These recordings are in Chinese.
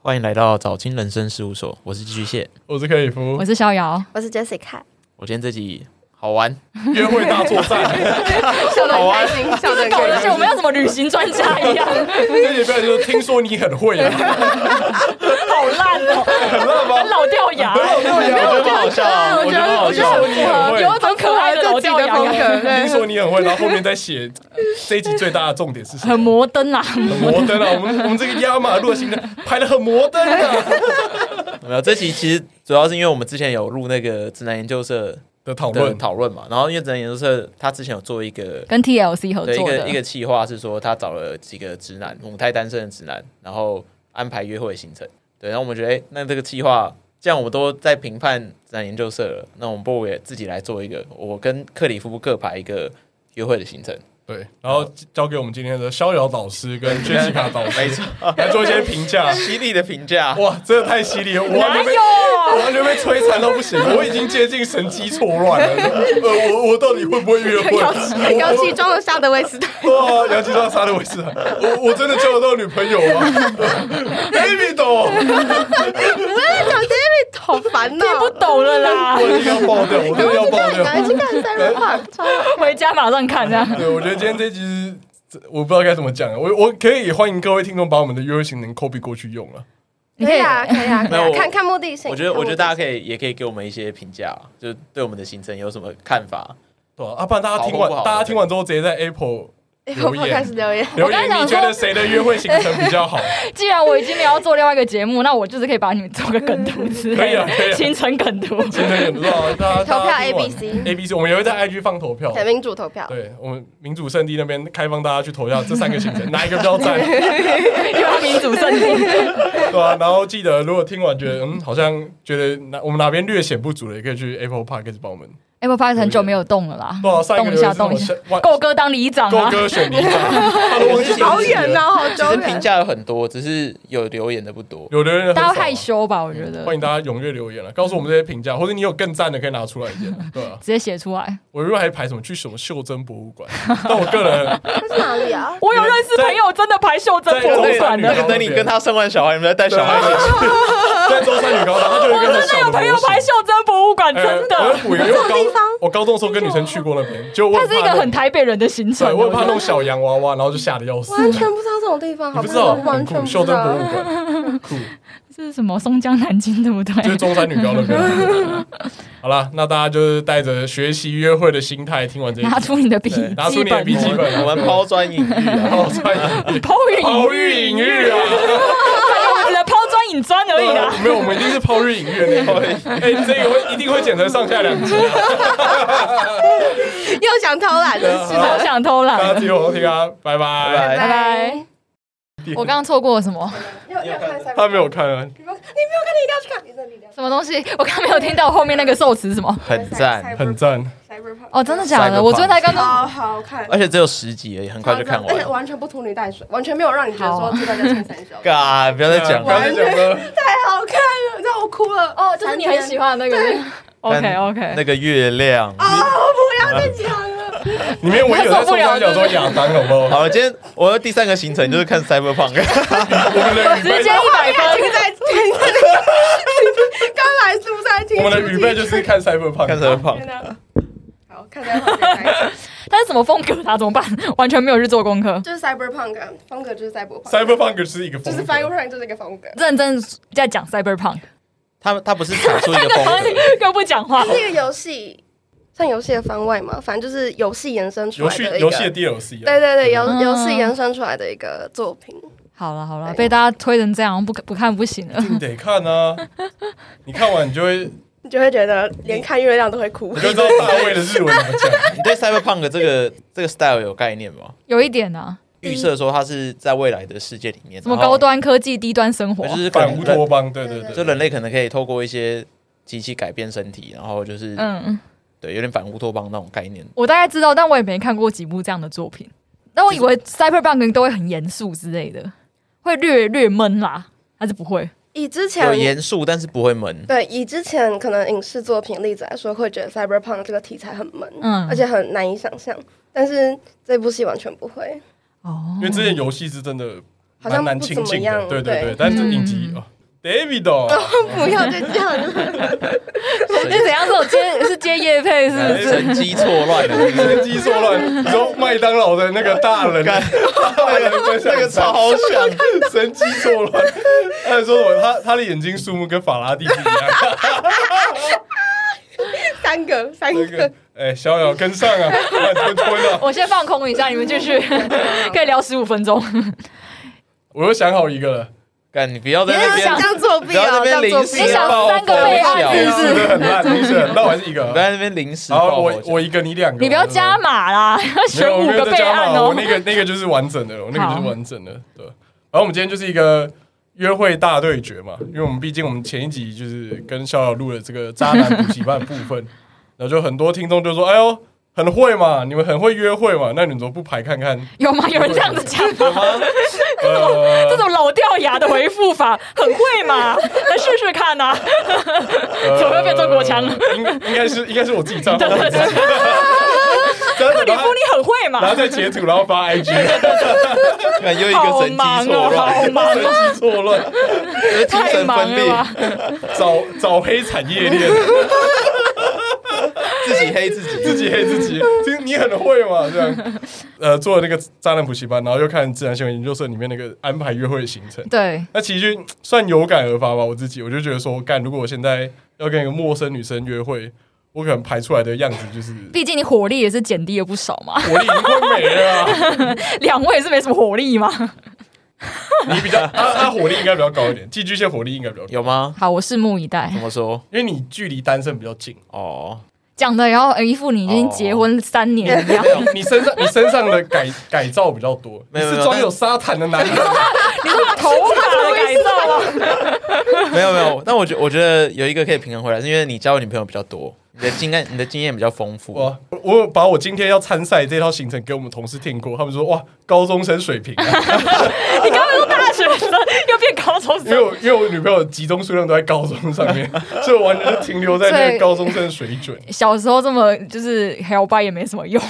欢迎来到早金人生事务所，我是巨蟹。我是克里夫我，是逍遥，我是 Jessica，我今天这集好玩，约会大作战。笑得很开心，笑得很搞得开像我心。们要什么旅行专家一样，这节表演就是听说你很会啊，好烂哦，很乐很吗？老掉牙。很乐我觉吗？得蛮好笑啊，我我觉觉得得蛮好我觉得笑很的。符合，有一种可爱的老掉牙感，听说你很会，然后后面再写呃这一集最大的重点是什很么？摩登啊。很摩登啊！我们我们这个压马路的行的拍的很摩登 啊没有这集其实主要是因为我们之前有录那个直男研究社的讨的论。讨论嘛，然后因为直男研究社他之前有做一个跟 TLC 合对一作个一个的，企划是说他找了几个直男母胎单身的直男，然后安排约会行程。对，然后我们觉得，哎、那这个企划，既然我们都在评判直男研究社了，那我们不如也自己来做一个，我跟克里夫各排一个约会的行程。对，然后交给我们今天的逍遥导师跟 Jessica 导师，没错， 来做一些评价。犀利的评价，哇，真的太犀利了！我完全被我完全被摧残到不行，我已经接近神机错乱了。 呃，我我到底会不会约会？我啊摇气装了沙德威斯坦，哇，杨奇壮杀的我是，我我真的交得到女朋友吗 ？Baby 懂，不要讲哎 David，好啊烦听不哦！懂了啦我，一定要爆掉，我真的要爆赶快去掉。看三人话，超回家马上看这样。对，我觉得今天这集是。我不知道该怎么讲啊，我我可以欢迎各位听众把我们的约会行程 copy 过去用啊。你可可以以啊，可以啊，可没有以啊我看看目的性。我觉得，我觉得大家以。可以也可以给我们一些评价啊，就对我们的行程有什么看法？对啊，啊不然大家听好不完，好大家听完之后直接在 Apple 哎 留我我言开始留言，留刚才言，你想觉得说谁的约会行程比 较好？既然我已经没有要做另外一个节目，那我就是可以把你们做个梗图之类可以啊可以啊的，清晨梗图。真的也不知道，大家投大家票听完 A B C A B C，我们也会在 IG 放投票。给民主投票。对我们民主圣地那边开放大家去投票，这三个行 程哪一个比较赞？因为他民主圣地，对啊，然后记得如果听完觉得嗯，好像觉得哪我们哪边略显不足的，也可以去 Apple Park 帮我们。 Apple Park 很久没有动了啦，对啊，上一个嗯动一下，动留一言是下什。么够哥当里长够啊，哥选你，他都忘记 好远啊！哦，好其久实评远。价有很多，只是有留言的不多。有的人很少大啊家害，羞吧？我觉得欢迎大家踊跃留言了，告诉我们这些评价，或者你有更赞的可以拿出来一点。 对啊，直接写出来。我如果还排什么去什么袖珍博物馆，但我个 人这是哪里啊？我有认识朋友真的排袖珍博物馆那的，个等你跟他生完小孩，你们再带小孩一起去。在中山女高，然后就有一个很真的小有的朋友模型排袖珍博物 馆，哎真我的要。补一个，因为我这种地高方我高中的时候跟女生去过那边，就我它很是一怕个那很台北人的行程哦对，，我很怕觉弄得小洋娃娃，然后就吓得要死。完全不知道这种地方，你好不知道，完很全酷，不袖知珍博道物。馆，酷，这是什么松江南京，对不对？就是中山女高那 边。好了，那大家就是带着学习约会的心态听完这一 拿集，出你的笔对拿出记你的本哦笔，记本，我们抛砖引玉啊，抛 砖引玉，抛哦玉抛玉引玉，引玉啊！反 正我只能抛砖引砖而已啊啦。没有，我们一定是抛玉引玉的那种。哎，这个会一定会剪成上下两集啊。又想偷懒了，是好的。想偷呃大懒家记了，得我听啊，拜拜拜。拜拜。我刚刚错过了什么？你有你有看三他没有看啊，你没有看，你一定要去看。你这里什么东西？我刚刚没有听到后面那个寿词什么？很赞，很赞。哦，真的假的？我昨天才刚刚。好好看，而且只有十集而已，很快就看而且 完。完全不拖泥带水，完全没有让你觉得好啊说这个叫青 神秀，嘎，不要再讲啊不要再了。讲了。哦太好看了，你知道我哭了。哦，就是你很喜欢的那个。OK 那 OK，个月亮，哦，不要再讲了，里面唯一有在中央讲说亚当，好不好？好了，今天我的第三个行程就是看 Cyberpunk，我们的直预备接，一百分。停在停在那个，刚来是不是在听？我们的预备就是看 Cyberpunk，看 Cyberpunk，好，看在旁边开始，他是什么风格啊？怎么办？ 完全没有去做功课。 就是 cyberpunk 风格，就是 cyberpunk， Cyberpunk 是一个就风是格， cyberpunk 就是一个风格，认真在讲 cyberpunk，他他不是产出一个风格， 又不讲话这。是一个游戏，算游戏的番外嘛，反正就是游戏延伸出游来戏的一个，游戏的 DLC 啊。对对对，游嗯游戏延伸出来的一个作品。好了好哎了，被大家推成这样，不不看不行了。你得看啊！你看完你就会，你你就会觉得连看月亮都会哭，就知道大卫的日文啊怎么讲。你对 Cyberpunk 这个这个 style 有概念吗？有一点啊，预设说它是在未来的世界里面，什么然后高端科技、低端生活就，是可反乌能托人邦，对对对，就人类可能可以透过一些机器改变身体，然后就是、嗯，对，有点反乌托邦那种概念。我大概知道，但我也没看过几部这样的作品。但我以为 cyberpunk 都会很严肃之类的，会略略闷啦，还是不会？ 以之有前严肃，但是不会闷。对以之前可能影视作品例子来说，会觉得 cyberpunk 这个题材很闷，嗯而且很难以想象。但是这部戏完全不会，哦因为之前游戏是真的好像蛮难不亲怎么近的，样，对对对，但是影集嗯哦，David 哦，不要再这样了。是怎样？是我接是接叶配是不是？神机错乱了，是不是神机错乱，你说麦当劳的那个大人，大人分享那个超好笑。 神机错乱，他还说我他他的眼睛数目跟法拉第是一样，三 个，三那个个。哎，逍遥跟上啊，吞吞啊！我先放空一下，你们继续，可以聊十五分钟。 我又想好一个了，干，你不要在那不要边想这，样作弊不要在啊！那这样边作临时弊抱啊！你想三个备案是佛不是脚是的很烂，你是很烂，我还是一 不要个。在那边临时然后抱佛我脚。我一个，你两个，你不要加码啦，要没选有，我五没有个在备加码案我哦。那个那个就是完整的，我那个就是完整的。对，然后我们今天就是一个约会大对决嘛，因为我们毕竟我们前一集就是跟逍遥录了这个渣男补习班的部 分，然后就很多听众就说：“哎呦，很会嘛，你们很会约会嘛，那你们怎么不排看看？有吗？有人这样子讲吗？这呃，种老掉牙的回复法很会嘛？来试试看啊呐、怎么又变中国腔了呃应应该是应该是我自己账号，对对对克克里夫你很会然后嘛？再截图，然后 发 IG，干又一好个神机忙错哦，乱，好忙哦，神奇错乱，就是精太神忙分了裂，吧？早早黑产业链。自己黑自己。自己黑自己，就是你很会嘛，这 样。呃，做了那个渣男补习班，然后又看自然新闻研究社里面那个安排约会的行程，对，那其实就算有感而发吧。我自己我就觉得说，干，如果我现在要跟一个陌生女生约会，我可能排出来的样子 就是毕竟你火力也是减低了不少嘛。活力已经快没了、啊，两位是没什么火力吗？你比较，他、他火力应该比较高一点，寄居蟹火力应该比较高， 有吗？好，我拭目以待怎。么说？因为你距离单身比较近，哦，讲的，然后一副你已经结婚三年的样没子，有，你身上你身上的改改造比较多，你没有没有是啊装有沙滩的男人，你说 头发的改造啊？没有没有，但我觉我觉得有一个可以平衡回来，是因为你交的女朋友比较多，你的经验你的经验比较丰富。哇！我我有把我今天要参赛这套行程给我们同事听过，他们说哇，高中生水平、啊，你刚刚说大学生又变高中因为生，我因为我女朋友集中数量都在高中上面，所以我完全是停留在那个高中生的水准， 小时候这么就是摇摆也没什么用，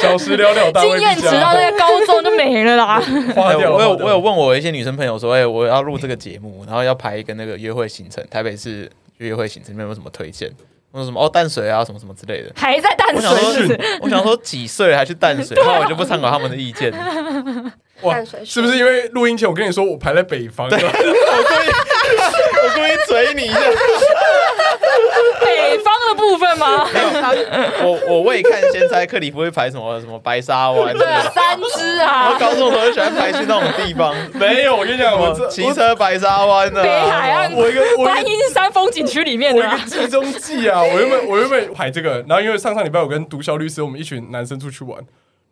小时了了，大经未验必值到佳，那个高中就没了啦。花哎掉。我有花掉我有问我一些女生朋友说，哎，我要录这个节目，然后要排一个那个约会行程，台北市约会行程，你们有没有什么推荐？我说什么哦淡水啊，什么什么之类的。还在淡我想水说是不是？，我想说几岁还去淡水，那我就不参考他们的意 见。哇淡水，是不是因为录音前我跟你说我排在北方？我故意嘴你一下。北方的部分吗？我我未看先猜克里夫会排什么什么白沙湾之类对，啊的。三只我啊，高中的时候就喜欢排去那种地方，没有，我跟你讲， 我这骑车白沙湾的、啊，北海岸我我一个我一观个音山风景区里面我的一啊个集中记啊！我原本我原本排这个，然后因为上上礼拜我跟毒枭律师我们一群男生出去玩，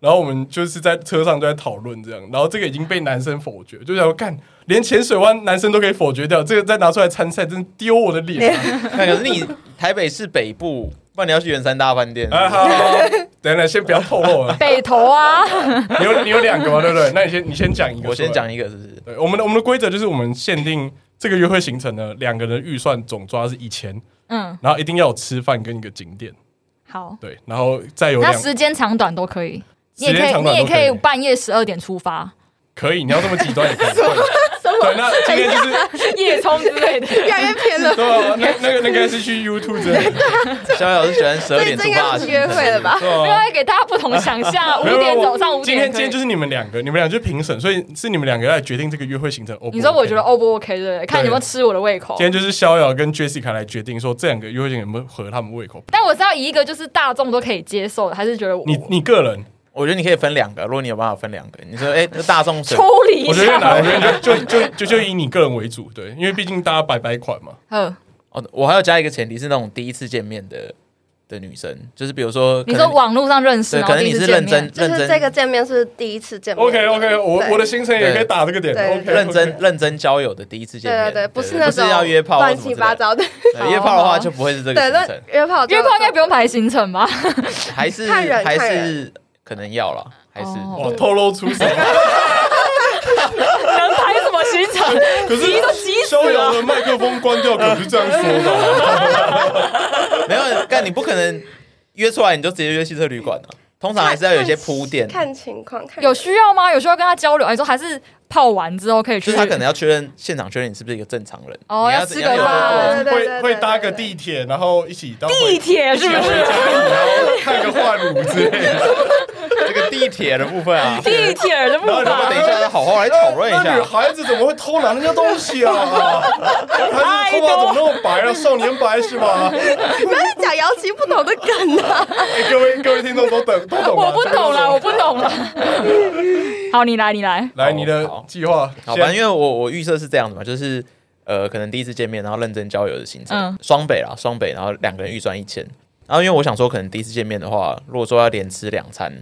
然后我们就是在车上都在讨论这样，然后这个已经被男生否决，就想说干，连潜水湾男生都可以否决掉，这个再拿出来参赛，真是丢我的脸 啊！那哎可是你台北市北部，不然你要去圆山大饭店。哎，好好好，等等，先不要透露了。北投啊，你有你有两个嘛，对不对？那你先你先讲一个，我先。讲一个，是不是？对，我们的我们的规则就是我们限定这个约会行程呢，两个人预算总抓是一千，嗯，然后一定要有吃饭跟一个景点，好，对，然后再有那两时间长短都可以，你也时可间以，长你短也都可以半夜十二点出发，可以，你要这么极端也 可以。对，那今天哎就是夜冲之类的。越来越 偏了？对啊，那那个那个是去 YouTube 这 里，逍遥是喜欢十二所点以这出应发该的是行约程。会了吧？对 因啊。为给大家不同想象，五没有没有点我早上五今点天可今天以。就是你们两个，你们俩就是评审，所以是你们两个来决定这个约会行程。哦你说我觉得 O 不 OK 对不对？看有没有吃我的胃口今。天就是逍遥跟 Jessica 来决定说这两个约会行程有没有合他们胃口。但我是要以一个就是大众都可以接受的，还是觉得我你你个人，我觉得你可以分两个，如果你有办法分两个，你说哎， 那大众水抽离一我觉得越下？难，我觉得就就就就就以你个人为主，对，因为毕竟大家白白款嘛。嗯，哦，我还要加一个前提是那种第一次见面的的女生，就是比如说，你说网络上认识，对，然可后能第一你是次见认真 面，就认是真这个见面是第一次见面。 OK OK，我对我的行程也可以打这个点。对 OK，认真认真交友的第一次见对面，对对，不不是那种是要约炮或乱什么之七类的八。糟的。对约炮的话就不会是这个对，行那程，约炮就约炮应该不用排行程吧？还是看人还看是可能要了，还是哦哇，透露出什 么？能排什么行程？可是 急都急死逍遥了。的麦克风关掉，可不是这样说的啊。没有，但你不可能约出来你就直接约汽车旅馆啊，通常还是要有一些铺垫。看情况，看有需要吗？有需要跟他交流？你说还是泡完之后可以就去，是他可能要确认现场确认你是不是一个正常人，哦你要要吃你个有做过饭对对对对会对会对搭个地铁，然后一起到地铁一起是回家不是？，里，然后看个换乳之类的。这个地铁的部分啊地铁的部我分们等一下好好来讨论一那女下。孩子怎么会偷拿人家东西啊？孩子头发怎么那么白啊？少年白是吧？不要再讲姚琦不懂的梗啊！哎各位各位听众都懂都懂吗，啊我不懂啊啦，我不懂啦。好，你来，你来。来你的好计划，好，先反正因为我我预设是这样子嘛，就是呃，可能第一次见面，然后认真交友的行嗯程，双、北啦，双北，然后两个人预算一千。然后因为我想说，可能第一次见面的话，如果说要连吃两餐，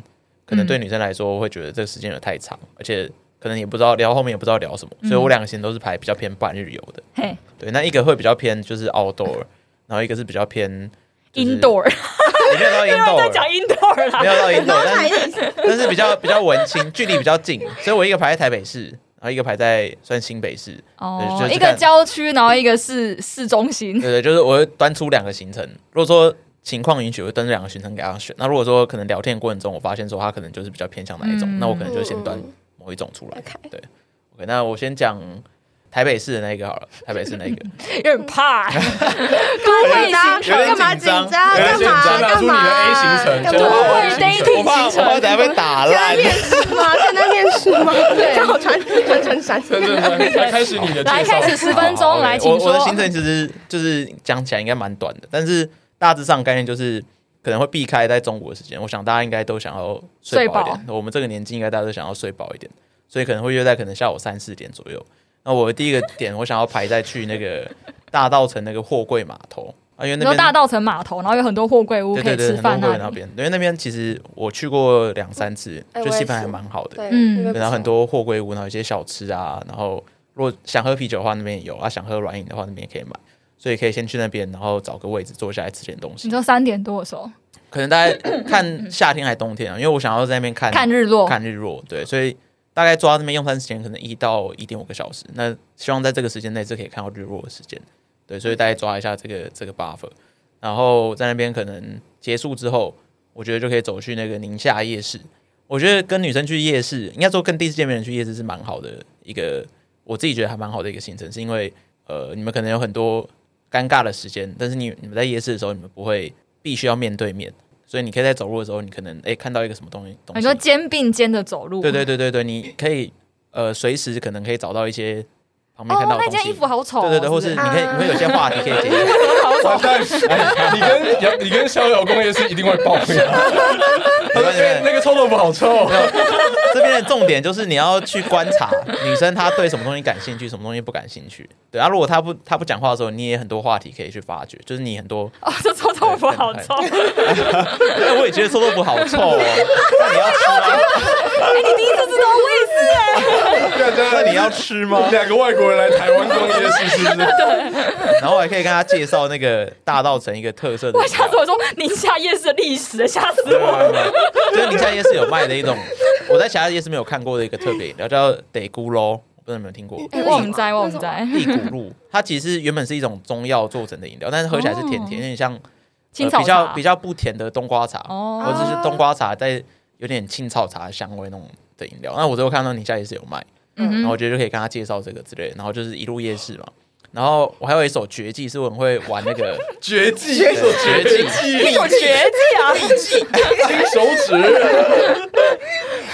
可能对嗯女生来说会觉得这个时间有点太长，而且可能也不知道聊后面也不知道聊什么，所以我嗯两个行程都是排比较偏半日游的。嘿对，那一个会比较偏就是 outdoor，然后一个是比较偏、就是 indoor，也没有 到 indoor，在讲 indoor 没啦。有到 indoor，但哪是一但是比较比较文青，距离比较近，所以我一个排在台北市，然后一个排在算新北市，哦对就，是一个看郊区，然后一个市市中 心对。对，就是我会端出两个行程。如果说情况允许，我会端出两个行程给他选。那如果说可能聊天过程中，我发现说他可能就是比较偏向哪一种，嗯那我可能就先端某一种出来。 OK 对，OK，那我先讲台北市的那一个好了，台北市那一个。有点怕、 都会行程干嘛紧有张？啊点干先紧嘛张先拿干出你的 A 行嘛？程，先拿干嘛出我 A 会行我程 dating 怕我怕等下被打现在烂。面试吗？现 在面试吗？对，刚好穿穿衬衫。真正的来开始你的介绍来，开始十分好钟， OK，来，请我我的说行。程其实就是讲起来应该蛮短的，但是大致上概念就是可能会避开在中午的时间。我想大家应该都想要睡饱一点，我们这个年纪应该大家都想要睡饱一点，所以可能会约在可能下午三四点左右。那我的第一个点，我想要排在去那个大稻城那个货柜码头啊，因为你那说边大稻城码头，然后有很多货柜屋对可以对对，吃很多饭货那柜那里。边，因为那边其实我去过两三次，哎就我也气氛还是蛮好的。对，嗯那边不对然后错很多货柜屋，然后一些小吃啊，然后如果想喝啤酒的话，那边也有啊；想喝软饮的话，那边也可以买。所以可以先去那边，然后找个位置坐下来吃点东你西。说三点多的时候可能大家看夏天还冬天啊，因为我想要在那边看看日落，看日落，对，所以大概抓那边用餐时间可能一到一点五个小时。那希望在这个时间内是可以看到日落的时间，对，所以大概抓一下这个这个 buffer。然后在那边可能结束之后，我觉得就可以走去那个宁夏夜市。我觉得跟女生去夜市，应该说跟第一次见面的人去夜市是蛮好的一个，我自己觉得还蛮好的一个行程，是因为呃，你们可能有很多尴尬的时间，但是你你们在夜市的时候，你们不会必须要面对面，所以你可以在走路的时候，你可能诶看到一个什么东西，东西哦你说肩并肩的走路。对对对对对，你可以呃随时可能可以找到一些旁边哦看，到的那东西，件衣服好丑哦。对对对，或是是你不是可以你会有些话题可以解 决。完蛋！哎你跟杨，你跟逍遥工业是一定会爆怨。他说：“哎，那个臭豆腐好臭。没有这边的重点就是你要去观察女生她对什么东西感兴趣，什么东西不感兴趣。对啊，如果她不她不讲话的时候，你也很多话题可以去发掘，就是你很多。哦， 这臭豆腐好臭。哎，我也觉得臭豆腐好臭哦，那你要吃吗？那你要吃吗？两个外国人来台湾逛夜市，是不是？然后我还可以跟她介绍那个大稻城一个特色的饮我料。吓死我说宁夏夜市的历史，吓死对我。对对对就是宁夏夜市有卖的一种，我在其他夜市没有看过的一个特别饮料，叫得咕噜，我不知道你们有没有听过。哎我们在，我们在，地骨露，它其实原本是一种中药做成的饮料，但是喝起来是甜甜，有点像、哦青呃草比较茶比较不甜的冬瓜茶，哦或者是冬瓜茶带有点青草茶的香味那种的饮料。那我最后看到宁夏夜市有卖，然嗯后我哼，觉得就可以跟他介绍这个之类的，然后就是一路夜市嘛。然后我还有一手绝技，是我很会玩那 个绝技，一手绝技，一种绝技啊！金手指。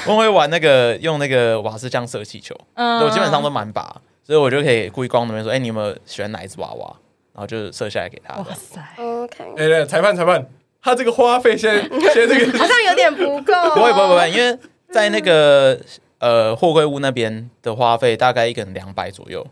我很会玩那个用那个瓦斯枪射气球。嗯 对我基本上都蛮拔，所以我就可以故意光那边说，哎、你有没有喜欢哪一只娃娃？然后就射下来给他。嗯哇塞，哦 OK，哎，来裁判，裁判，他这个花费现在现在这个好像有点不够。不会不会不会，因为在那个呃货柜屋那边的花费大概一个人两百左右，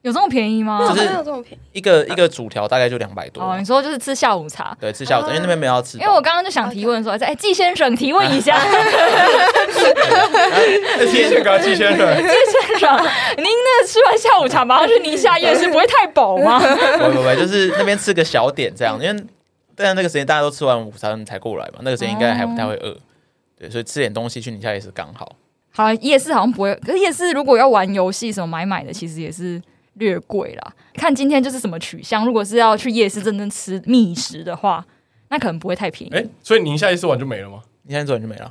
有这么便宜吗哇，？就是哪有这种便宜。一个一个薯条大概就两百多哦，。你说就是吃下午茶。对，吃下午茶，因为那边没有要吃因饱。为我刚刚就想提问说，哎，季先生提问 一下， 啊季先生，季先生，季先生，您那吃完下午茶马上去宁夏夜 市，不会太饱吗？不不不，就是那边吃个小点这样，因为但那个时间大家都吃完午餐才过来嘛，那个时间应该还不太会哦饿。对，所以吃点东西去你家也是刚好。好啦，夜市好像不会，可是夜市如果要玩游戏什么买买的，其实也是略贵啦。看今天就是什么取向，如果是要去夜市认真吃觅食的话，那可能不会太便宜。哎，所以宁夏夜市玩就没了吗？你现在走你就没了，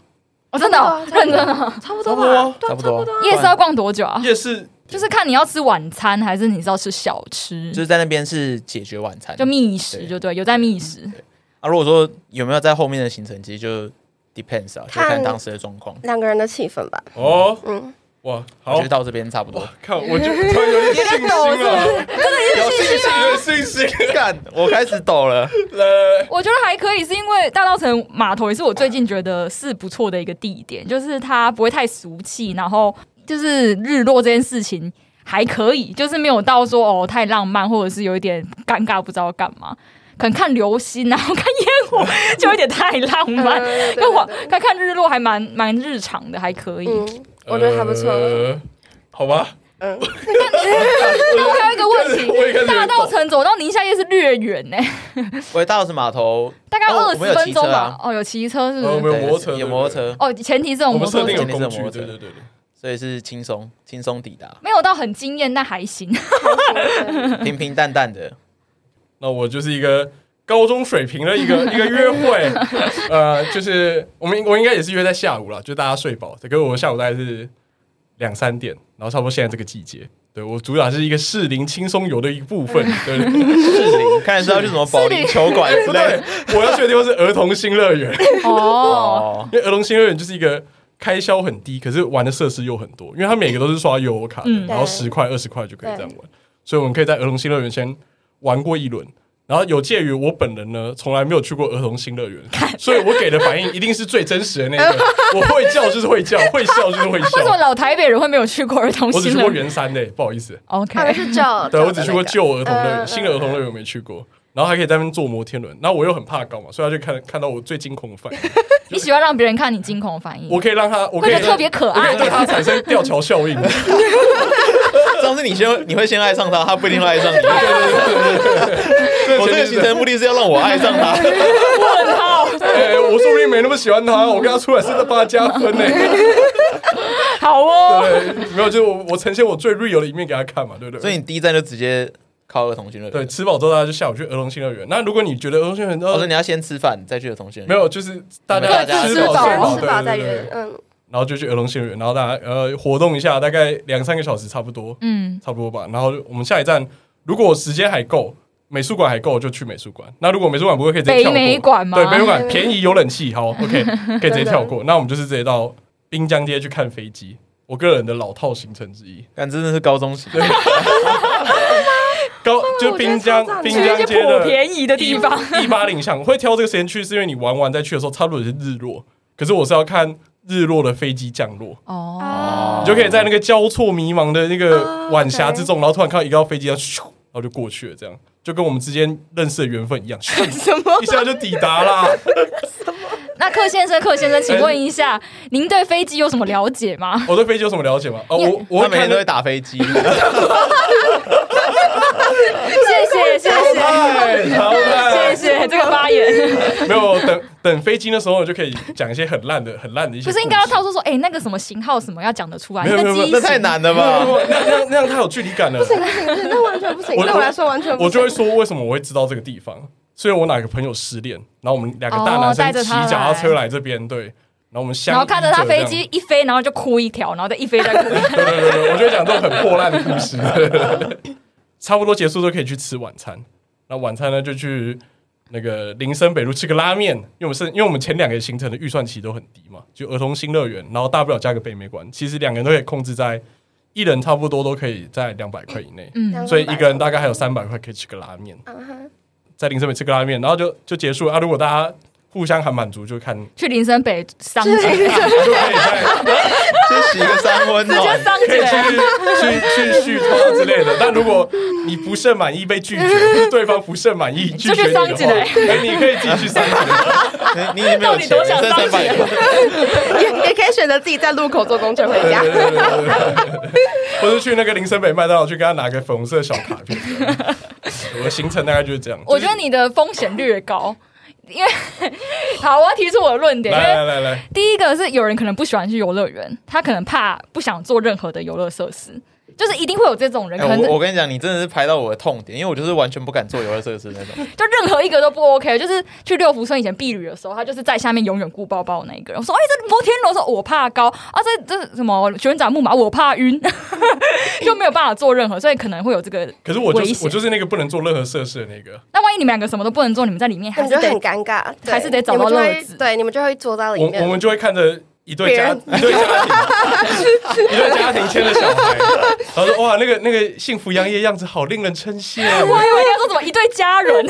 哦，真的哦差不认多啊真的。差差不多不多吧啊，，对差啊，不多啊，夜市要逛多久啊？夜市就是看你要吃晚餐还是你是要吃小吃就，是在那边是解决晚餐。就觅食就对，有在觅食。啊，如果说有没有在后面的行程，其实就 depends 啊，就看看当时的状况。两个人的气氛吧，哦，嗯，哇，我好觉得，到这边差不多。看我就突然有点信心抖是不了，是？有信心，有信心， 干，我开始抖了。来来来，我觉得还可以，是因为大稻城码头也是我最近觉得是不错的一个地点，就是它不会太俗气，然后就是日落这件事情还可以，就是没有到说哦太浪漫，或者是有一点尴尬不知道干嘛。 可能看流星啊，然后看烟火就有点太浪漫。嗯跟我， 对对对看看日落还蛮蛮日常的，还可以。嗯，我觉得还不错，呃好吧，呃嗯，那我还有一个问 我也开始题，大稻城走到宁夏夜是略远呢、我到是码头，大概哦二我十们有分骑钟车啊吧。哦，有骑车是不哦我是们？有摩托车对对有不对摩托车，哦，前提是有我摩们托设定车，有今天是工具，摩托对车对对对，所以是轻松轻松抵达没有到很惊艳，但还行。平平淡淡的。那我就是一个高中水平的一个一个约会，呃，就是我们我应该也是约在下午啦，就大家睡饱，可是我下午大概是两三点，然后差不多现在这个季节，对我主打是一个适龄轻松游的一部分，对对对。士林，看来是要去什么保龄球馆之 不类对的。，我要去的地方是儿童新乐园，哦，哦， 因为儿童新乐园就是一个开销很低，可是玩的设施又很多，因为它每个都是刷悠游卡的，嗯然后十块二十块就可以这样玩，所以我们可以在儿童新乐园先玩过一轮。然后有介于我本人呢，从来没有去过儿童新乐园，所以我给的反应一定是最真实的那个。我会叫就是会叫，会笑就是会为什么笑。老台北人会没有去过儿童我只新去乐过园圆山嘞、不好意思。他们？OK， 是叫，对，叫我只的去过那个旧儿童乐园，嗯新的儿童乐园我没去过。然后还可以在那边坐摩天轮，然后我又很怕高嘛，所以他就看看到我最惊恐的反应，你喜欢让别人看你惊恐的反应，我可以让他，我可以会觉得特让别可我可爱以。对他产生吊桥效应。 这种是你先，你会先爱上他，他不一定会爱上你。对我这个前提行是 程目的是要让我爱上他。问号，哎，我说不定没那么喜欢他，我跟他出来是在帮他加分呢。好哦。对，没有，就是我我呈现我最 real 的一面给他看嘛，对不对？所以你第一站就直接靠儿童军乐对，园。吃饱之后大家就下午去儿童新乐园。那如果你觉得儿童新乐园我说呃你要先吃饭，再去儿童军乐没园。有，就是大各家自吃 饱对吃饱先吃饱对再对约对，嗯， 然后就去儿童新乐园，然后大家呃活动一下，大概两三个小时差不多，嗯，差不多吧。然后我们下一站，如果时间还够，美术馆还够，就去美术馆。那如果美术馆不会，可以直接北跳过。美馆吗对，北美馆便宜有冷 气，好，OK，可以直接跳过。那我们就是直接到滨江街去看飞机，我个人的老套行程之一。但真的是高中生，对高就我觉得滨超江赞的滨去一江些街颇的便宜的地方。一八零巷，会挑这个时间去，是因为你玩完再去的时候，差不多也是日落。可是我是要看日落的飞机降落。哦，啊你就可以在那个交错迷茫的那个啊晚霞之中，然后突然看到一个飞机，然后咻，然后就过去了，这样就跟我们之间认识的缘分一样，咻 什么一？下就抵达啦。那克先生，克先生，请问一下，您对飞机有什么了 解吗？我对飞机有什么了解吗？哦，我我他会每看天都那会打飞 机。谢谢，谢谢，哎好的谢谢这个发言。没有等等飞机的时候，我就可以讲一些很烂的、很烂的一些不故事。是应该要套出说，哎，那个什么型号什么要讲得出来？没有那个没有机那太型难了没有？吧没？有啊 那样那样太有距离感了。不行不行，那完全不行，我对我来说完全不行，我就会说为什么我会知道这个地方，所以我哪个朋友失恋，然后我们两个大哦男带着生骑他脚踏车来来这边，对，然后我们相然后看着他依这飞样机一飞，然后就哭一条，然后再一飞再哭。对对对对，我就讲这种很破烂的故事。差不多结束都可以去吃晚餐。那晚餐呢，就去那个林森北路吃个拉面，因为我们是，因为我们前两个行程的预算其实都很低嘛，就儿童新乐园，然后大不了加个北美馆，其实两个人都可以控制在一人差不多都可以在两百块以内，嗯两百所以一个人大概还有三百块可以吃个拉面，啊哈，在林森北吃个拉面，然后就就结束了啊。如果大家互相还满足，就看去林森北商去 林就可姐，以在。先洗个三温直接暖。商可以去姐。去去续托之类的。但如果你不甚满意被拒绝，就是对方不甚满意拒绝你的话，就去桑吉哎，你可以自己去桑吉。你你已经没有钱了，到底多想啊剩三当百姐块。也也可以选择自己在路口坐公车回对家，对对对对对或是去那个林森北麦当劳去跟他拿个粉红色的小卡片。我的行程大概就是这样。我觉得你的风险略高，因为好，我要提出我的论点，因来为来来来，第一个是有人可能不喜欢去游乐园，他可能怕不想做任何的游乐设施。就是一定会有这种人，哎、可能 我我跟你讲，你真的是拍到我的痛点，因为我就是完全不敢做游乐设施那种。就任何一个都不 OK。就是去六福村以前避旅的时候，他就是在下面永远顾包包的那一个人。我说：“哎、这摩天轮，我说我怕高啊，这这什么旋转木马，我怕晕， 就没有办法做任何，所以可能会有这个。可是我就危是险我就是那个不能做任何设施的那个，那万一你们两个什么都不能做，你们在里面你还们是就得很尴尬，对还是得找你们到就乐会子对，你们就会坐在里我面。我们就会看着一对家别一对家庭，一对家庭牵着小孩，然后说哇，那个那个幸福洋溢的样子好令人称羡。我以为哎你要说什么一对家 人，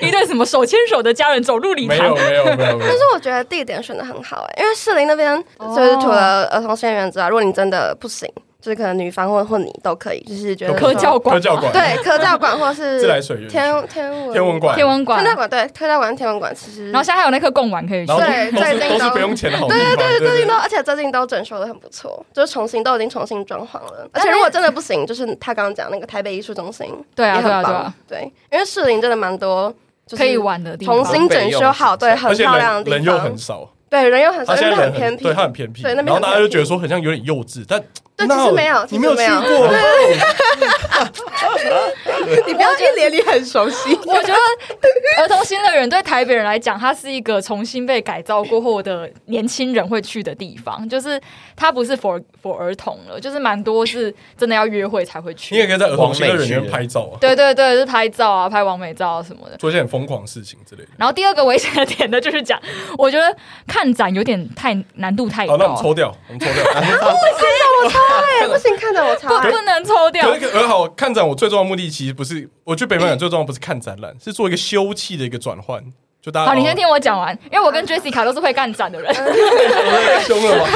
一对什么手牵手的家人走入礼没堂有，没有没有没有 但是，我觉得地点选的很好哎、因为士林那边哦就是除了儿童宣言之外，如果你真的不行，就是可能女方或或你都可以，就是觉得科说教科馆、教馆对科教馆或是 自来水园区天天文天文馆天文馆科，教馆对科教馆天文馆其实然后现在还有那颗贡丸可以去然后。对都都是最近都是都不用钱的好地对方，对对对，最对近都，而且最近都整修的很不错，就是重新都已经重新装潢了。而但且是如果真的不行，就是他刚刚讲那个台北艺术中心，对啊也很对啊棒对啊，对，因为士林真的蛮多，就是可以玩的地方重新整修好，对，很而且漂亮人的人地又方很，少，对，人又很少，他因现为在人偏僻，对，他 很偏僻，对那边然后很大家就偏僻觉得说很像有点幼稚，但对那其实没有你没有其去实没有过，你不要一脸你很熟悉，我觉得儿童新乐园对台北人来讲，它是一个重新被改造过后的年轻人会去的地方，就是它不是 for for 儿童了，就是蛮多 是真的要约会才会 你也去。可以在儿童新乐园里面拍照啊，对对对，就是拍照啊，拍完美照啊什么的。做一些很疯狂的事情之类的。然后第二个危险的点呢，就是讲，我觉得看展有点太难度太高好，哦那我了，们抽掉，我们抽 掉。对，不行，看着我超不爱。不能抽掉可。是可而好看展，我最重要的目的其实不是我去北 美馆最重要的不是看展览，是做一个休憩的一个转换。就大家哦好，你先听我讲完，因为我跟 Jessica 都是会干展的呃 人，面我太凶 了吧？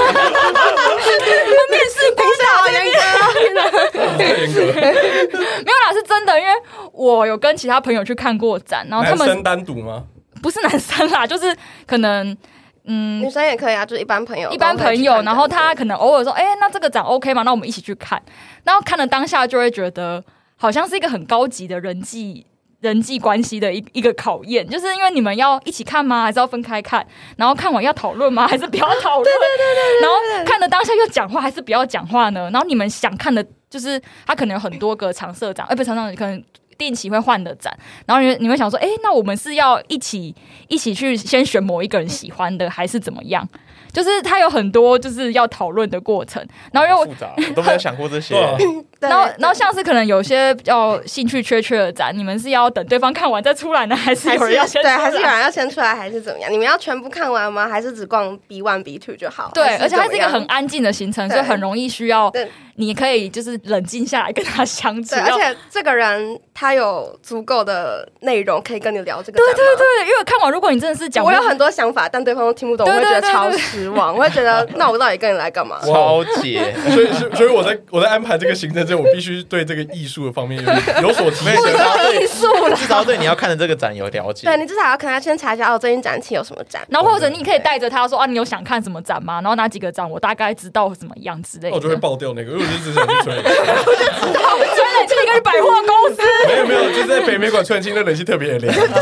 试等一下，好严格哦。太严格了。没有啦，是真的，因为我有跟其他朋友去看过展，然后他男们生单独吗？不是男生啦，就是可能嗯女生也可以啊，就是一般朋友，一般朋友，然后他可能偶尔说，哎、那这个展 OK 吗？那我们一起去看。然后看了当下就会觉得好像是一个很高级的人际。人际关系的一一个考验，就是因为你们要一起看吗？还是要分开看？然后看完要讨论吗？还是不要讨论？对对对对然后看了当下要讲话，还是不要讲话呢？然后你们想看的，就是他可能有很多个常设展，呃， 不是常设展，可能定期会换的展。然后你们你们想说，哎、那我们是要一起一起去先选某一个人喜欢的，还是怎么样？就是他有很多就是要讨论的过程， 然后好又复杂，我都没有想过这些对。啊，哦对，然后然后像是可能有些比较兴趣缺缺的展，你们是要等对方看完再出来呢，还是还有人是要先出对，来还是有人要先出来，还是怎么样？你们要全部看完吗？还是只逛 B one B two 就好？对，还而且它是一个怎么很样安静的行程，所以对很容易需要对你可以就是冷静下来跟他相处，对，而要且这个人他有足够的内容可以跟你聊这个对展吗。对对，因为看完如果你真的是讲不我有很多想法，但对方都听不懂，我对会觉得对对超对失望。我会 觉得，那我到底跟你来干嘛？ 超姐， 所以所以所以我在我在安排这个行程之前，我必须对这个艺术的方面有有所提没有升。至少对艺术了，至少对你要看的这个展有了解对。你至少要可能要先查一下哦，最近展期有什么展？然后或者你可以带着他说啊，你有想看什么展吗？然后哪几个展我大概知道怎么样之那类的。我哦就会爆掉那个，因为我就只想去 吹。我真的这个是百货公 司，没有没有，就是在北美馆吹气，那冷气特别凉。真的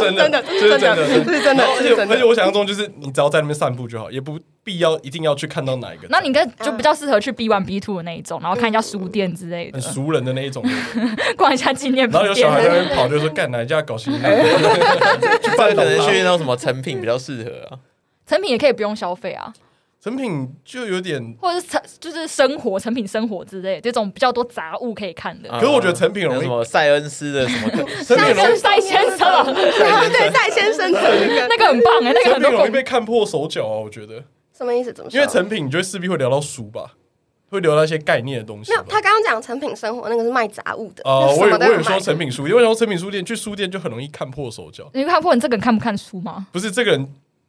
真的，这是真的，这是真的，这是真的然后而这且是真的而且我想象中就是你只要在那边散步就好，也不必要一定要去看到哪一个。那你应该就比较适合去 B one B two 的那一种，然后看一下书店之类的很，熟人的那一种，逛一下纪念嗯然后有品小孩在店。那边跑，就说干哪一家搞新闻，去这半个岛可能去去那种什么成品比较适合啊。 成品也可以不用消费啊，成品就有点。或者是成就是生活成品生活之类的这种比较多杂物可以看的。可是我觉得成品容易啊什么塞恩斯的什 么课，成品容是易赛先 生啊，对戴先生的那个那个很棒哎、那个成很品多容易广被看破手脚啊，我觉得，什么意思？怎么说？因为成品你就势必会聊到书吧，会聊到一些概念的东西没有吧。，他刚刚讲成品生活那个是卖杂 物的，啊，就是我有什么我都有有卖说。成品书店，因为说成品书店去书店就很容易看破手脚。你看破你这个人看不看书吗？不是这个人，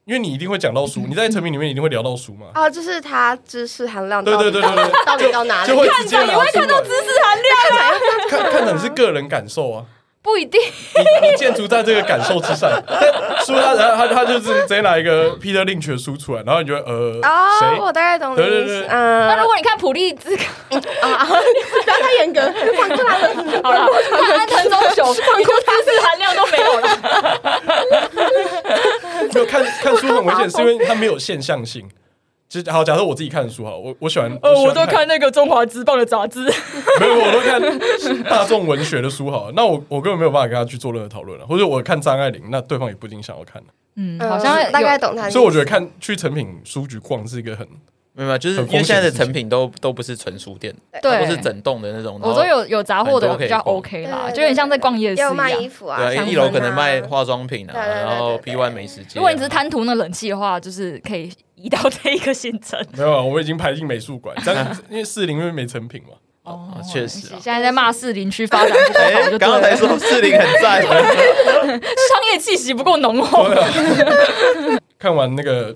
因为你一定会讲到 书，你在成品里面一定会聊到书嘛。哦，就是他知识含量对到对底对对对，到底到哪里就？会直接拿也会出看到来知。识含量，啊 看看展是个人感受啊，不一定。你你建筑在这个感受之上。 但书他他他他就是直接拿一个 Peter Lynch 的书出来，然后你就会呃哦，谁？我大概懂你对意对思。对嗯，那如果你看普利兹， 不要太严格，放过来了。 好了，看安藤忠雄，你就知识含量都没 有了。 没有看看书很危险，是因为它没有现象性。就是好，假设我自己看书好，我我喜欢，哦呃，喜我欢都看那个中华职棒的杂志， 没有，我都看大众文学的书好了。那我我根本没有办法跟他去做任何讨论了，或者我看张爱玲，那对方也不一定想要看。嗯，嗯好像有大概懂啊他的意思。所以我觉得看去成品书局逛是一个很没有，就是很因为风险现在的的事成品都都不是纯书店，都对是整栋的那种。我说有有杂货的比较很多可 OK 啦，对就有点像在逛夜市一也嗯有卖样。衣服啊，然后，对啊，香一楼氛可能啊卖化妆品啊，对对对对然后对 P One 美食街啊。如果你只是贪图那冷气的话，就是可以移到这一个新城。没有啊，我已经排进美术馆，这 样因为四零因为没成品嘛，哦确实啊现在在骂士林区发展不够好，哎，就对刚刚才了。说四零很赞，商业气息不够浓厚。看完那个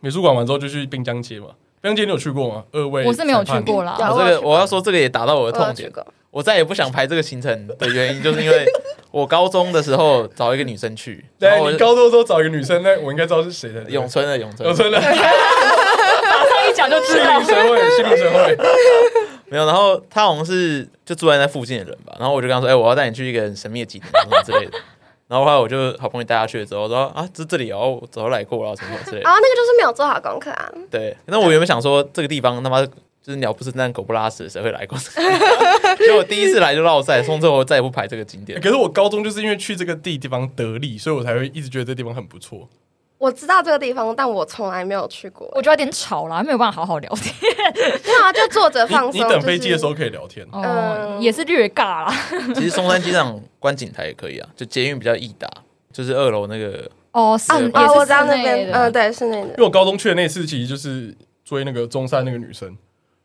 美术馆完之后就去滨江街嘛。滨江街你有去过吗？二位我是没有去过了。啦，有我这个我要说这个也打到我的我有痛去点。过，我再也不想排这个行程的原因，就是因为我高中的时候找一个女生去，然对，后我你高中的时候找一个女生，那我应该知道是谁的。永春的永春永哦 春的啊马上一讲就知心道 领。神会，心领神会。没有，然后她好像是就住在那附近的人吧，然后我就跟她说，哎、我要带你去一个很神秘的景点什么之类的。 然后后来我就好不容易带她去了之后，我说啊，这这里哦，我早就来过了什么之类的。啊，那个就是没有做好功课啊，对，那我原本想说这个地方他妈就是鸟不生蛋狗不拉屎，谁会来过？ 所以我第一次来就落赛，从此我再也不排这个景点。可是我高中就是因为去这个地地方得利，所以我才会一直觉得这地方很不错。我知道这个地方，但我从来没有去过。 我觉得有点吵啦，没有办法好好聊天。没有啊，就坐着你放松。你等飞机的时候，候可以聊天，哦，也是略尬啦。其实松山机场观景台也可以啊，就捷运比较易达，就是二楼那个哦，是啊也啊，是我知道室那内边，的嗯，对，是那因的。为我高中去的那次其实就是追那个中山那个女生，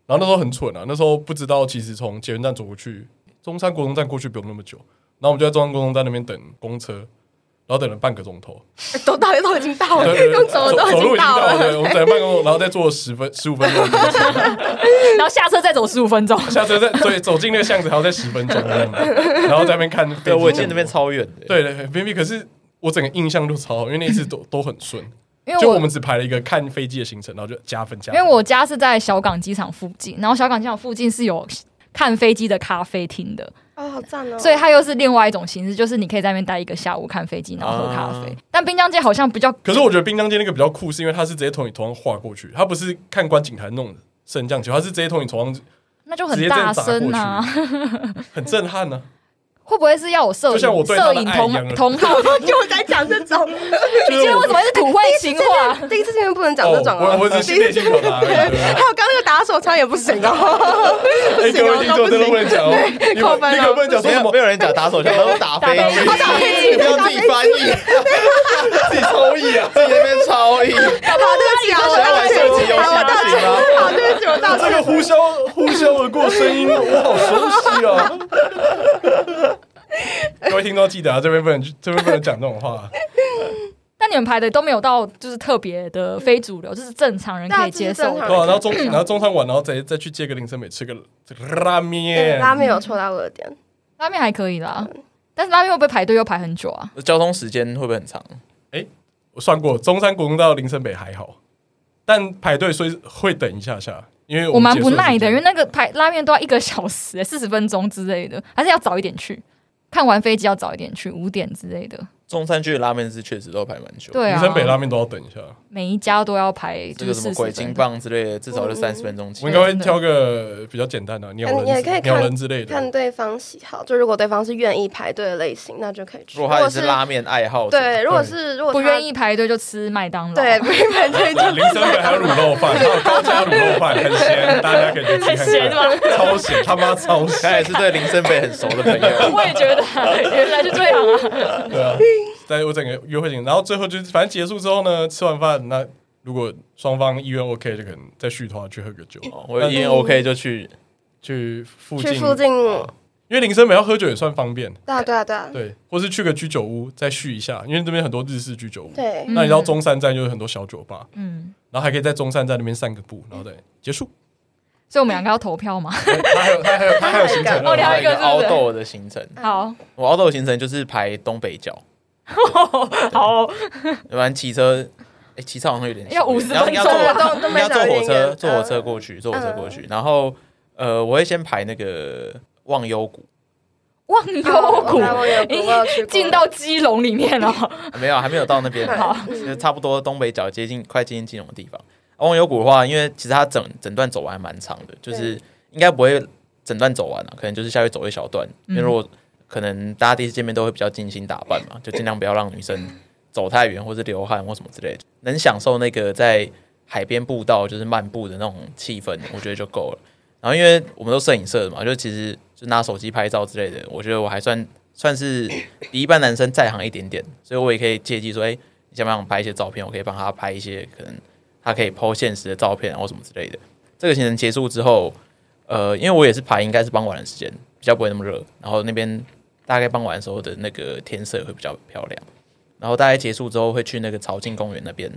然后那时候很蠢啊，那时候不知道其实从捷运站走过去，中山国中站过去不用那么久，然后我们就在中山国中站那边等公车，然后等了半个钟头， 都到都已经到了，对对对用走的都已走路经已经到到了，了。对我们等了半个钟头，然后再坐十分十五分钟的公车，然后下车再走十五分钟。下车再对走进那个巷子还要再十分钟这样子，然后在那边看飞对，机我也记得降那边落超远的。对对对，B B，可是我整个印象都超好，因为那一次都都很顺，因为就我我们只排了一个看飞机的行程，然后就加分加因分。为我家是在小港机场附近，然后小港机场附近是有看飞机的咖啡厅的，哦，好赞哦！所以 它又是另外一种形式，就是你可以在那边待一个下午看飞机，然后喝咖啡。啊但滨江街好像比较，可是我觉得滨江街那个比较酷，是因为它是直接从你头上划过去，它不是看观景台弄的升降球，它是直接从你头上那就直接很这样大砸过声啊。去，很震撼啊呢、会不会是要我摄就像我影对他摄的影爱一样同啊 同好？就在讲这 种，啊。你今天为什么是土味情话？ 第一次见面不能讲哦这种啊我我只第是内一次心表达而已。 对还有刚刚那个打手枪也不行哦，哎，各位听众真的不能讲哦，你扣分们哦你可不能讲说没什有么没有人讲打手枪，他说打飞打飞机机，打飞机你不要自己翻译，自己超意啊。自己那边超译，好，对不起啊，我谁要道玩手歉，机游戏好，我道不行歉，吗？好，对不起，我道这歉。个呼啸呼啸而过声音，我好熟悉哦。 各位听众记得啊，这边不能这边不能讲这种 话。但你们排的都没有到就是特别的非主流，就是正常人可以接受对啊的。对啊，然后中然后中餐完，然后再再去接个林森美吃个这个拉面，拉面有戳到我的点，拉面还可以啦，但是拉面会不会排队又排很久啊？ 交通时间会不会很长？我算过，中山国中到林森北还好，但排队所以会等一下下，因为我们蛮结束不耐的，时间因为那个排拉面都要一个小时、 四十分钟之类的，还是要早一点去。看完飞机要早一点去，五点之类的。中山区的拉面是确实都排蛮久，对林啊，森北拉面都要等一下。每一家都要排，这就个是什么四鬼十金分钟。嗯棒之类的，至少是三十分钟起我。应该会挑个比较简单的、鸟人也之、可以看鸟人之类看的。对方喜好。就如果对方是愿意排队的类型，那就可以去。如果他也是拉面爱好者，对，如果是如果不他愿意排队就吃麦当劳。 对，不愿意排队就林森北还有卤肉饭，还有高家卤肉饭，很咸，大家可以去吃看很咸 看。吗？超咸，他妈超他咸。也是对林森北很熟的朋友。 我也觉得啊、原来是这样 啊。对啊，在我整个约会前，然后最后就是反正结束之后呢，吃完饭，那如果双方意愿 OK，就可能再续的话去喝个酒，哦我一定 OK 就去，去附近，嗯去附近，因为林森北要喝酒也算方便，对啊对啊对啊，对，或是去个居酒屋再续一下，因为这边很多日式居酒屋。对，那你到中山站就是很多小酒吧，嗯，然后还可以在中山站那边散个步，然后再结束。所以我们两个要投票嘛。他还有他还有他还有行程哦你还啊，有一个是不是凹豆的行程，好，我凹豆的行程就是排东北角，好哦，要不然骑车，哎，骑车好像有点要50然后你要分坐钟啊都都你没要坐找火原车，因坐火车过去，坐火车过去，然后呃，我会先排那个忘忧谷，忘忧谷我有谷，我有去过进到基隆里面了。哦 没有，还没有到那边，好就是差不多东北角接近快接近金融的地方。翁有谷的话，因为其实他整整段走完还蛮长的，就是应该不会整段走完啊，可能就是下去走一小段。因为如果可能大家第一次见面都会比较精心打扮嘛，就尽量不要让女生走太远，或是流汗或什么之类的，能享受那个在海边步道就是漫步的那种气氛，我觉得就够了。然后因为我们都摄影社的嘛，就其实就拿手机拍照之类的，我觉得我还算算是比一般男生在行一点点，所以我也可以借机说，哎、你想不想拍一些照片？我可以帮他拍一些可能他可以 PO 现实的照片，然后什么之类的。这个行程结束之后，呃，因为我也是排应该是傍晚的时间，比较不会那么热，然后那边大概傍晚的时候的那个天色会比较漂亮。然后大概结束之后会去那个朝境公园那边，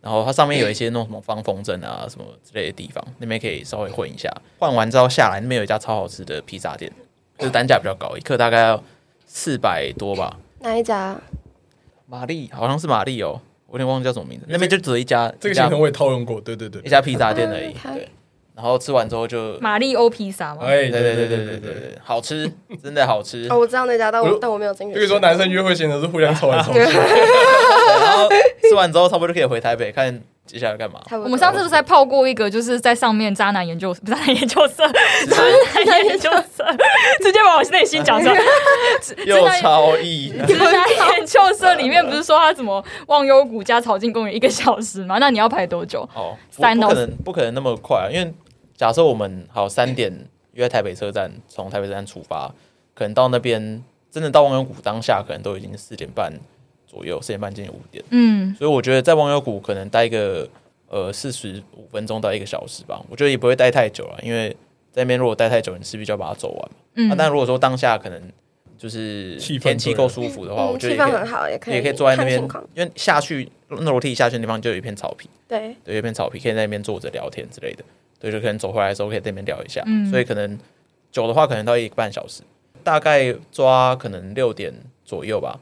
然后它上面有一些那种什么放风筝啊什么之类的地方，那边可以稍微混一下。换完之后下来，那边有一家超好吃的披萨店，就是单价比较高，一克大概要四百多吧。哪一家？玛丽好像是玛丽哦，我有点忘记叫什么名字。那边就只有一家，这个一家行程我也套用过，对对对一，家披萨店而已。啊，OK 对，然后吃完之后就，玛丽欧披萨嘛，哎，对对对对对对，对，好吃，真的好吃。哦，我知道那家，但我我就但我没有进去。就跟你说，男生约会行程是互相吵来吵去，对然后吃完之后差不多就可以回台北，看接下来干嘛。差不多我们上次不是在泡过一个，就是在上面渣男研究，不是渣男研究社，直接 渣男研究社， 直接把我内心讲出来。又超意，直男研究社里面不是说他怎么忘忧谷加草径公园一个小时 吗？那你要排多久？哦，不三不到可能不可能那么快、啊，因为假设我们好三点约在台北车站，从台北车站出发，可能到那边真的到望幽谷当下，可能都已经四点半左右，四点半接近五点，嗯，所以我觉得在望幽谷可能待个呃四十五分钟到一个小时吧，我觉得也不会待太久了，因为在那边如果待太久，你势必就要把它走完嘛。嗯啊、但如果说当下可能就是气氛天气对啊够了舒服的话，嗯我觉得气也可氛以很好，也可以也可以坐在那看边情况，因为下去那楼梯下去的地方就有一片草坪。对，对，有一片草皮，可以在那边坐着聊天之类的。对，就可能走回来的时候可以在那边聊一下。嗯所以可能久的话，可能到一个半小时，大概抓可能六点左右吧，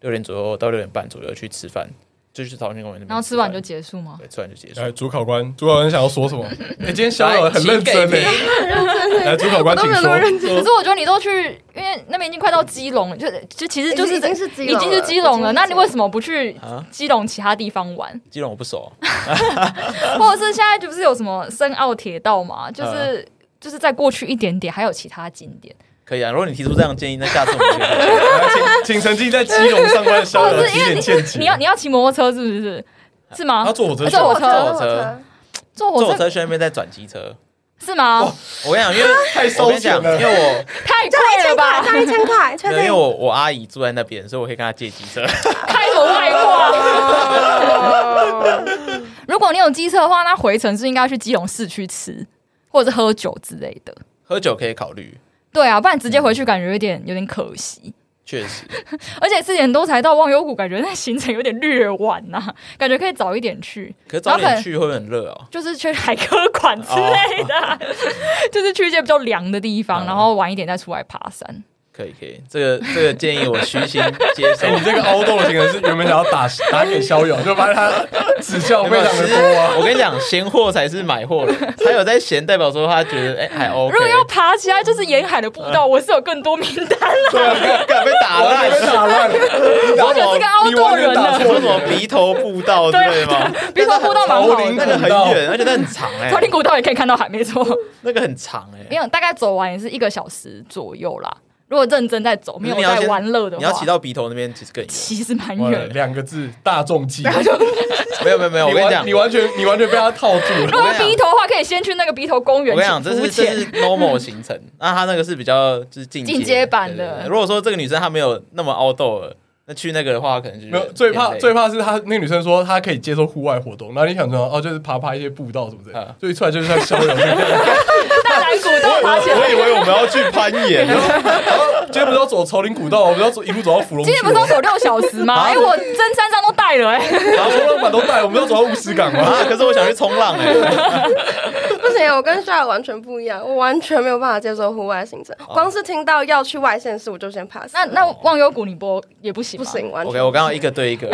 六点左右到六点半左右去吃饭，就去朝天公园那边饭。然后吃完就结束吗？对，吃完就结束。哎，主考官，主考官想要说什么？哎，今天小友很认真请给嘞， 来，主考官我请都没有那么认说。可是我觉得你都去，因为那边已经快到基隆了，就就其实就是已经是基隆已了经是基隆了。已经是基隆那你为什么不去啊基隆其他地方 玩？基隆我不熟，啊或者是现在就不是有什么深澳铁道啊嘛？就是就是再过去一点点，还有其他景点，可以啊。如果你提出这样的建议，那下次我们就 来请请曾经在基隆上班的小友几点见你起？要你要骑摩托车是不是？是吗他？坐我这坐我车坐我我车车，坐坐火我车车哦去那边再转机车。是吗？我跟你讲，因 为太我烧跟你钱讲，了因。为 我太交贵了一千块，吧！交一千 块，确没有因为定？我我阿姨住在那边，所以我可以跟她借机车。 开什么外挂？ 如果你有机车的话，那回程是应该去基隆市区吃，或者是喝酒之类的。喝酒可以考虑，对啊，不然直接回去感觉有点有点可惜，确实。而且四点多才到忘忧谷，感觉那行程有点略晚呐、感觉可以早一点去，可是早然后可点能去会不会很热哦。就是去海科馆之类的， 就是去一些比较凉的地方，嗯然后晚一点再出来爬山。可以可以，这个这个建议我虚心接受 哎，。你这个凹洞的行程是原本想要打打给逍遥，就把他指有教没非有常的多啊。我跟你讲，闲货才是买货的，他有在闲，代表说他觉得哎、 还 OK。如果要爬起来，就是沿海的步道，我是有更多名单啦。对啊，敢被打烂，被打乱了，我就是个凹你洞完全人啊打呢说什么鼻头步道之类吗？ 比说步道蛮好朝林的，那个很远，而且那很长哎、朝林古道也可以看到海，没错。那个很长哎、没有，大概走完也是一个小时左右啦。如果认真在走，没有你要在先玩乐的你话，要骑到鼻头那边其实更远。其实完蛮了远的。两个字，大众计。没有没有没有，我你跟你完讲你，完全你完全被他套住如 了。果要鼻头的话，可以先去那个鼻头公园我跟你讲，这去浮是这是潜。 normal 行 程，那他那个是比较就是进进阶版对的对对如果说这个女生她没有那么凹豆了，那去那个的话可能就是没有，最怕偏累最怕是他那个女生说她可以接受户外活动，然后你想说哦，就是爬爬一些步道什么的嗯，所以出来就是像逍遥，大南古道爬起我来，以为我们要去攀岩，今天不是要走朝林古道，我们要走一路走到芙蓉今去天不是要哦，走六小时吗？哎，我真三张都带了哎。然后冲浪板都带，我们要走到乌石港嘛。啊，可是我想去冲浪哎、 不行，我跟夏尔完全不一样，我完全没有办法接受户外行程。哦光是听到要去外县市，我就先 pass。那那忘忧谷你不也不行，不。行，完全 OK，我刚刚一个对一个，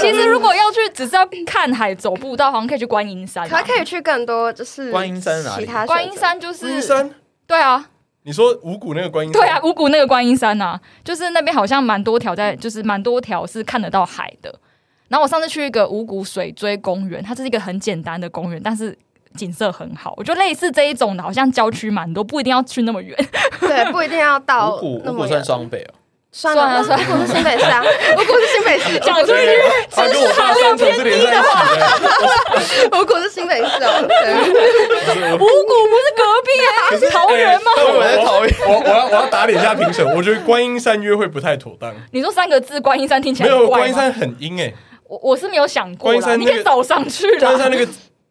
其实如果要去，只是要看海走步道，好像可以去观音山啊。还可以去更多，就是观音山哪里其他选择观音，山就观音 是山，对啊，你说五谷那个观音山，对啊，，五谷那个观音山呐、啊，就是那边好像蛮多条在，就是蛮多条是看得到海的。然后我上次去一个五谷水锥公园，它是一个很简单的公园，但是景色很好。我觉得类似这一种的，好像郊区蛮多，不一定要去那 么远。对，不一定要到五谷那五么谷远算。双北哦，算算了，了算了五谷是新北市 啊，五谷是新北 市，啊讲出去，他跟我上三层是连在一起的，五谷是新北市哦。对五谷不是隔 壁啊，它是桃园吗？哎我以为在桃园。我我要我要打脸一下评审，我觉得观音山约会不太妥当。你说三个字“观音山”听起没来有很观怪音吗？山很阴哎，我我是没有想过观音啦，山你那个可以走上去观音山啦。那个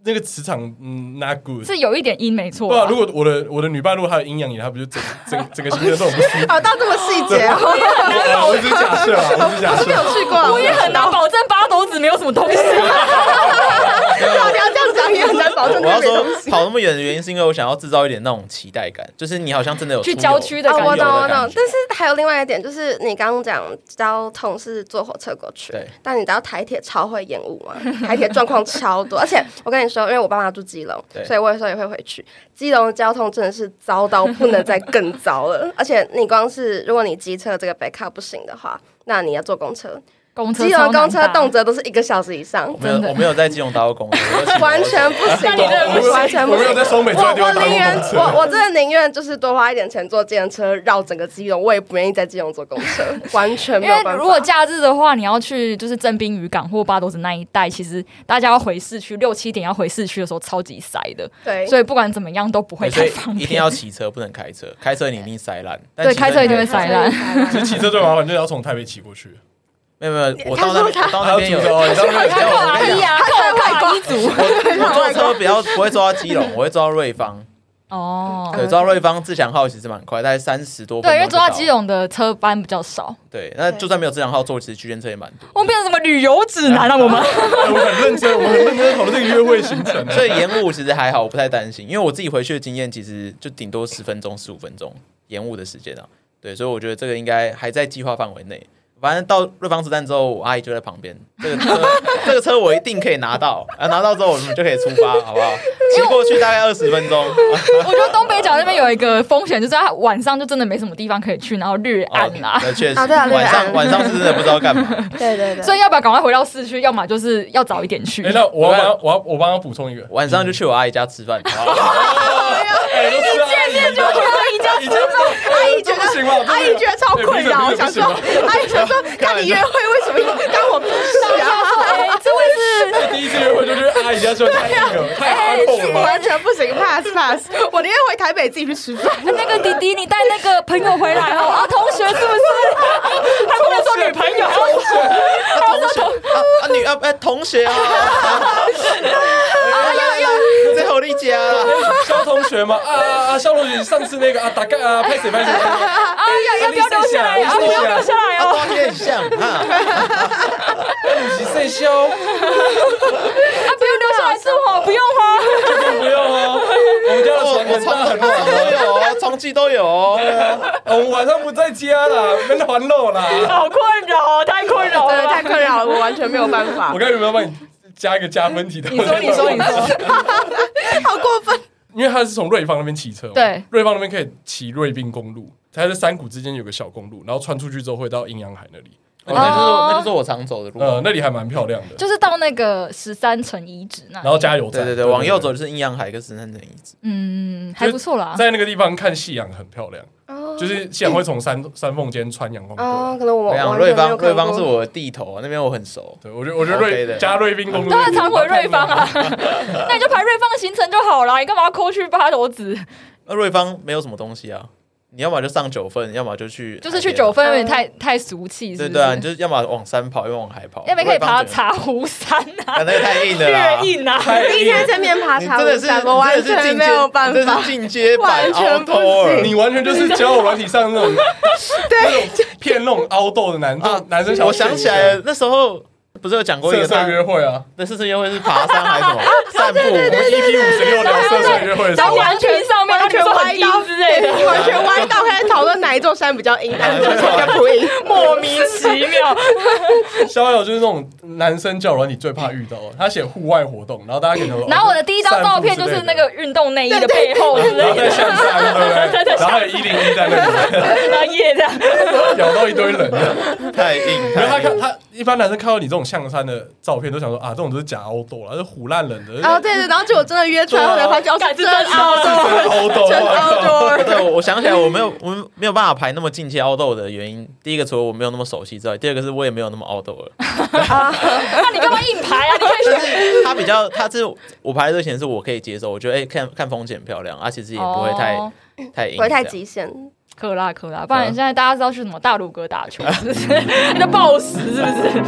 那个磁场嗯 not good。是有一点阴，没错对啦。啊，如果我的我的女伴如果她有阴阳眼，她不就整整整个行程都很不舒 服？哦，到这么细节哦，啊我只是假设啊，我只是假没有设。去过啊，我也很难保证八斗子没有什么东西。啊 到底要这样讲，也很难保证我那要没说东西。跑那么远的原因，是因为我想要制造一点那种期待感，就是你好像真的有去出游郊区的哦，感觉我懂有我的懂感觉，但是还有另外一点，就是你刚刚讲交通是坐火车过去对，但你知道台铁超会延误吗？台铁状况超多，而且我跟你说，因为我爸妈住基隆对，所以我有时候也会回去。基隆的交通真的是糟到不能再更糟了，而且你光是如果你机车这个北靠不行的话，那你要坐公车，公车基超隆难公车搭动辄都是一个小时以上我，没有真的我没有在金融打过工，我就骑摩托车完全不行那你真的不，行完全不啊我没行有。在哎双北这我个地我方打过宁愿工车。我我真的宁愿就是多花一点钱坐自行车绕整个基隆，我也不愿意在基隆坐公车， 完全没因有为办法。如果假日的话，你要去就是正滨渔港或八斗子那一带，其实大家要回市区六七点要回市区的时候超级塞的，对，所以不管怎么样都不会对所以太方一定便。要骑车，不能开车，开车你一定塞烂。但对骑你开车一定会可以塞烂其 实骑车最麻烦，就是要从台北骑过去。没有没有，我他到那说边他我到那边有，他要我骑车到那边他有。我跟你讲呀，看外国一族我坐车不要不会坐到基隆，我会坐到瑞芳。哦。对，坐到瑞芳自强号其实蛮快，大概三十多分钟。对，因为坐到基。隆的车班比较少，对，那就算没有自强号坐，其实区间车也蛮多。我们变成什么旅游指南了？我们哎我很认真，我很认真地讨论这个约会行程。所以延误其实还好，我不太担心，因为我自己回去的经验其实就顶多十分钟、十五分钟延误的时间啊。对，所以我觉得这个应该还在计划范围内。反正到瑞芳子弹之后，我阿姨就在旁边，这个车这个车我一定可以拿到，啊，拿到之后我们就可以出发，好不好？骑过去大概二十分钟，哦我觉得东北角那边有一个风险，就是它晚上就真的没什么地方可以去，然后日啊暗啦，那确实，啊对啊对啊晚上晚上是真的不知道干嘛。对对对，所以要不要赶快回到市区，要么就是要早一点去哎，。那我要帮我要我帮他补充一个，晚上就去我阿姨家吃饭，好不好哎，都是见面就一家已经阿姨觉得不行了，阿姨觉得超困扰，哎不想是说，不行不阿姨想说，看你约会为什么要干我屁事啊？哎，这位是第一次约会就觉得阿姨家说太硬了，太憨厚了吧？完全不行，pass pass，我宁愿回台北自己去吃饭。那个弟弟，你带那个朋友回来哦，啊，同学是不是？他不能说女朋友，啊同学啊啊女啊哎同学啊，最后一家啊。肖同学吗？啊啊啊！肖同学，上次那个啊，大概啊，拍谁拍谁，啊，要要不要留下来啊？不要留下来啊，哦。画面很像哈，几岁肖？啊，不用留下来是我，不用花。不用哦，我们家的我床我很充大很多都有哦，充气都有哦。我们晚上不在家啦，没得还漏啦。好困扰，太困扰对，太困扰了，我完全没有办法我，刚才有没有帮你加一个加分题的？你说，你说，你说，好过分。因为他是从瑞芳那边骑车嘛，对瑞芳那边可以骑瑞滨公路，它在山谷之间有个小公路，然后穿出去之后会到阴阳海那里，那就是我哦那就是我常走的路。呃，那里还蛮漂亮的。哦就是到那个十三层遗址那然，后加油对站，对对，往右走，就是阴阳海跟十三层遗址。嗯，还不错啦。在那个地方看夕阳很漂亮，哦就是夕阳会从山山缝间穿阳光过哦来。，可能我我完全讲没瑞有看芳，过瑞芳是我的地头，那边我很熟。对，我觉得我觉得 OK 瑞的加瑞滨公路当然常回瑞芳啊， 那你就排瑞芳的行程就好啦，你干嘛要抠去八斗子？那瑞芳没有什么东西啊，你要么就上九份，要么就去海边，就是去九份有点太太俗气，是对不是？对啊，你就是要么往山跑，要么往海跑。要不然可以瑞芳爬整个，茶壶山啊啊， 那个太硬了啦越。硬啊，太第一硬了天见面爬你茶真的舞是，山，我完你真的是全进没阶有办你真法的是。进阶版完全凹不头尔。你完全就是交友软体上 那种那种骗那种凹豆的男啊男生小。我想起来了，那时候不是有讲过一色个色他约会啊，那四次约会是爬山还是什啊么？散步？一批 E 五十六聊色色约会的时然后候，完全上面完全完歪低到 之类的。完全歪到，还在讨论哪哪一座山比较阴，哪一座山比较不阴？ 莫名其妙，逍遥就是那种男生叫软体最怕遇到的，他写户外活动，然后大家可能然后我的第一张照片就是那个运动内衣的背后之然后在类的，向上，对不对？然后还有一零一在那里然后夜这样，咬到一堆人，太硬，然后他太硬。看他一般男生看到你这种象山的照片，都想说啊，这种都是假凹豆啦，这是唬烂人的，啊，对对，然后结果真的约出来，后来发现哦，干真这真啊凹凹凹豆，豆，真凹豆。对，我我想起来，我没有，我们没有办法排那么进阶凹豆的原因，第一个除了我没有那么熟悉之外，第二个是我也没有那么凹豆了。那你干嘛硬排啊？你可以选他比较，他是我排队前是我可以接受，我觉得哎、看看风景很漂亮，啊，其实也不会太、哦太硬，不会太这样。极限，可啦可啦，不然现在大家知道去什么大鲁阁打球，是不是？那暴食是不是？